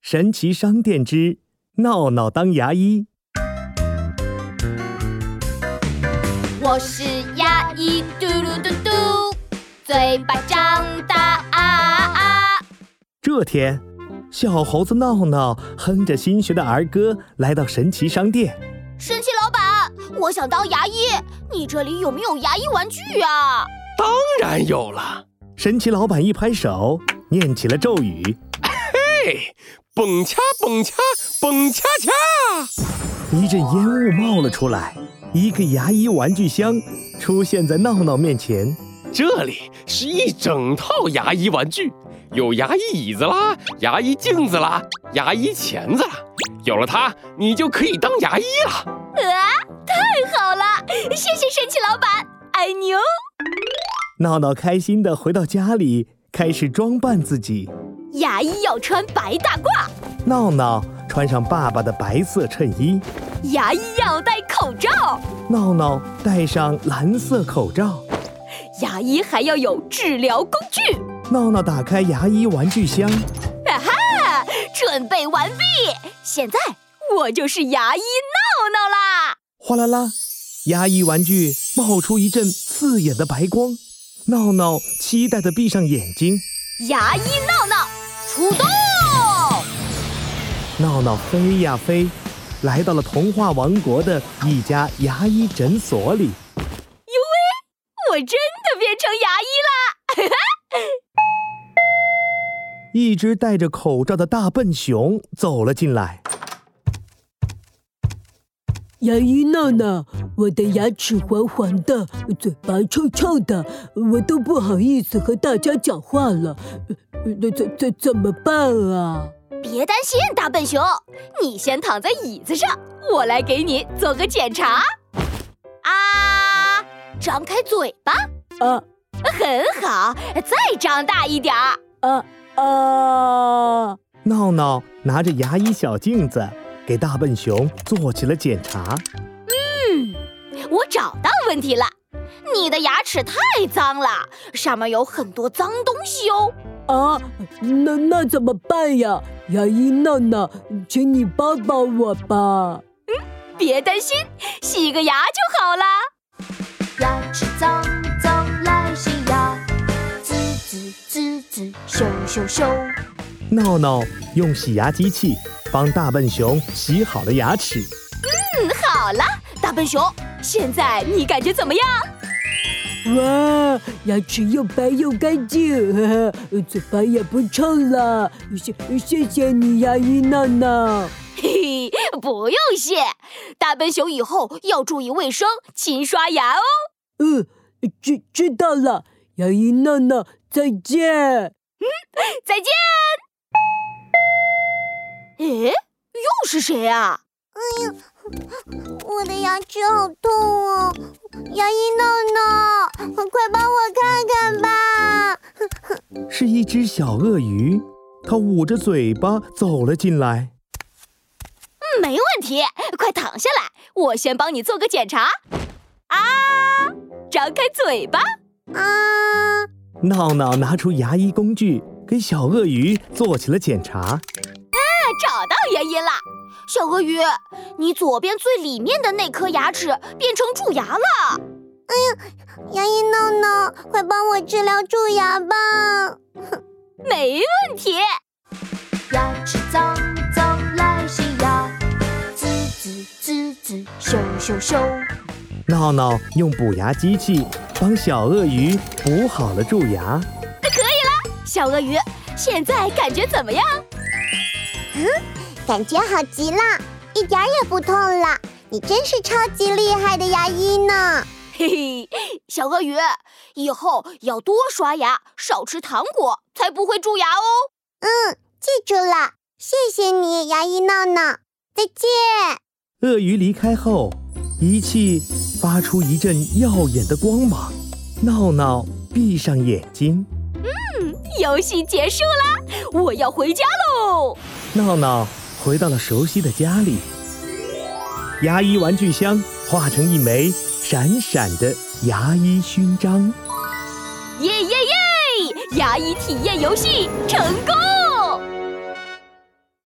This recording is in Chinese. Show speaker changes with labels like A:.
A: 神奇商店之闹闹当牙医，
B: 我是牙医嘟噜嘟嘟，嘴巴张大啊啊啊！
A: 这天，小猴子闹闹哼着新学的儿歌来到神奇商店。
B: 神奇老板，我想当牙医，你这里有没有牙医玩具啊？
C: 当然有了，
A: 神奇老板一拍手，念起了咒语。
C: 嘿，蹦恰蹦恰蹦恰恰，
A: 一阵烟雾冒了出来，一个牙医玩具箱出现在闹闹面前。
C: 这里是一整套牙医玩具，有牙医椅子啦，牙医镜子啦，牙医钳子啦，有了它，你就可以当牙医了。
B: 啊，太好了！谢谢神奇老板，爱你哦。
A: 闹闹开心地回到家里，开始装扮自己。
B: 牙医要穿白大褂，
A: 闹闹穿上爸爸的白色衬衣，
B: 牙医要戴口罩，
A: 闹闹戴上蓝色口罩。
B: 牙医还要有治疗工具。
A: 闹闹打开牙医玩具箱，
B: 啊哈，准备完毕，现在我就是牙医闹闹啦！
A: 哗啦啦，牙医玩具冒出一阵刺眼的白光。闹闹期待地闭上眼睛，
B: 牙医闹闹出动！
A: 闹闹飞呀飞，来到了童话王国的一家牙医诊所里。
B: 我真的变成牙医啦！
A: 一只戴着口罩的大笨熊走了进来。
D: 牙医闹闹，我的牙齿黄黄的，嘴巴臭臭的，我都不好意思和大家讲话了，呃怎怎怎么办啊？
B: 别担心，大笨熊，你先躺在椅子上，我来给你做个检查。啊，张开嘴巴，
D: 啊
B: 很好，再张大一点儿。呃
D: 啊啊！
A: 闹闹拿着牙医小镜子给大笨熊做起了检查。
B: 我找到问题了，你的牙齿太脏了，上面有很多脏东西哦。
D: 啊，那那怎么办呀？牙医闹闹，请你帮帮我吧。
B: 别担心，洗个牙就好啦。
E: 牙齿脏脏来洗牙，滋滋滋滋咻咻咻，
A: 闹闹用洗牙机器帮大笨熊洗好了牙齿。
B: 好了，大笨熊，现在你感觉怎么样？
D: 哇，牙齿又白又干净，呵呵，嘴巴也不臭了，谢谢谢你，牙医闹闹。
B: 嘿嘿， 不用谢，大笨熊以后要注意卫生，勤刷牙哦。
D: 嗯，知知道了，牙医闹闹，再见。
B: 再见。诶，又是谁啊？
F: 我的牙齿好痛哦！牙医闹闹，快帮我看看吧！
A: 是一只小鳄鱼，它捂着嘴巴走了进来。
B: 嗯没问题，快躺下来，我先帮你做个检查。啊，张开嘴巴，
F: 啊，
A: 闹闹拿出牙医工具给小鳄鱼做起了检查。
B: 找到原因啦。小鳄鱼，你左边最里面的那颗牙齿变成蛀牙了。
F: 牙医闹闹，快帮我治疗蛀牙吧！
B: 没问题，
E: 牙齿脏脏来洗牙，滋滋滋滋咻咻咻，
A: 闹闹用补牙机器帮小鳄鱼补好了蛀牙。
B: 小鳄鱼，现在感觉怎么样？
F: 感觉好极了，一点儿也不痛了。你真是超级厉害的牙医呢！
B: 嘿嘿，小鳄鱼，以后要多刷牙，少吃糖果，才不会蛀牙哦。
F: 记住了，谢谢你，牙医闹闹，再见。
A: 鳄鱼离开后，仪器发出一阵耀眼的光芒。闹闹闭上眼睛，
B: 游戏结束啦，我要回家喽。
A: 闹闹回到了熟悉的家里。牙医玩具箱化成一枚闪闪的牙医勋章。
B: 耶耶耶！牙医体验游戏成功。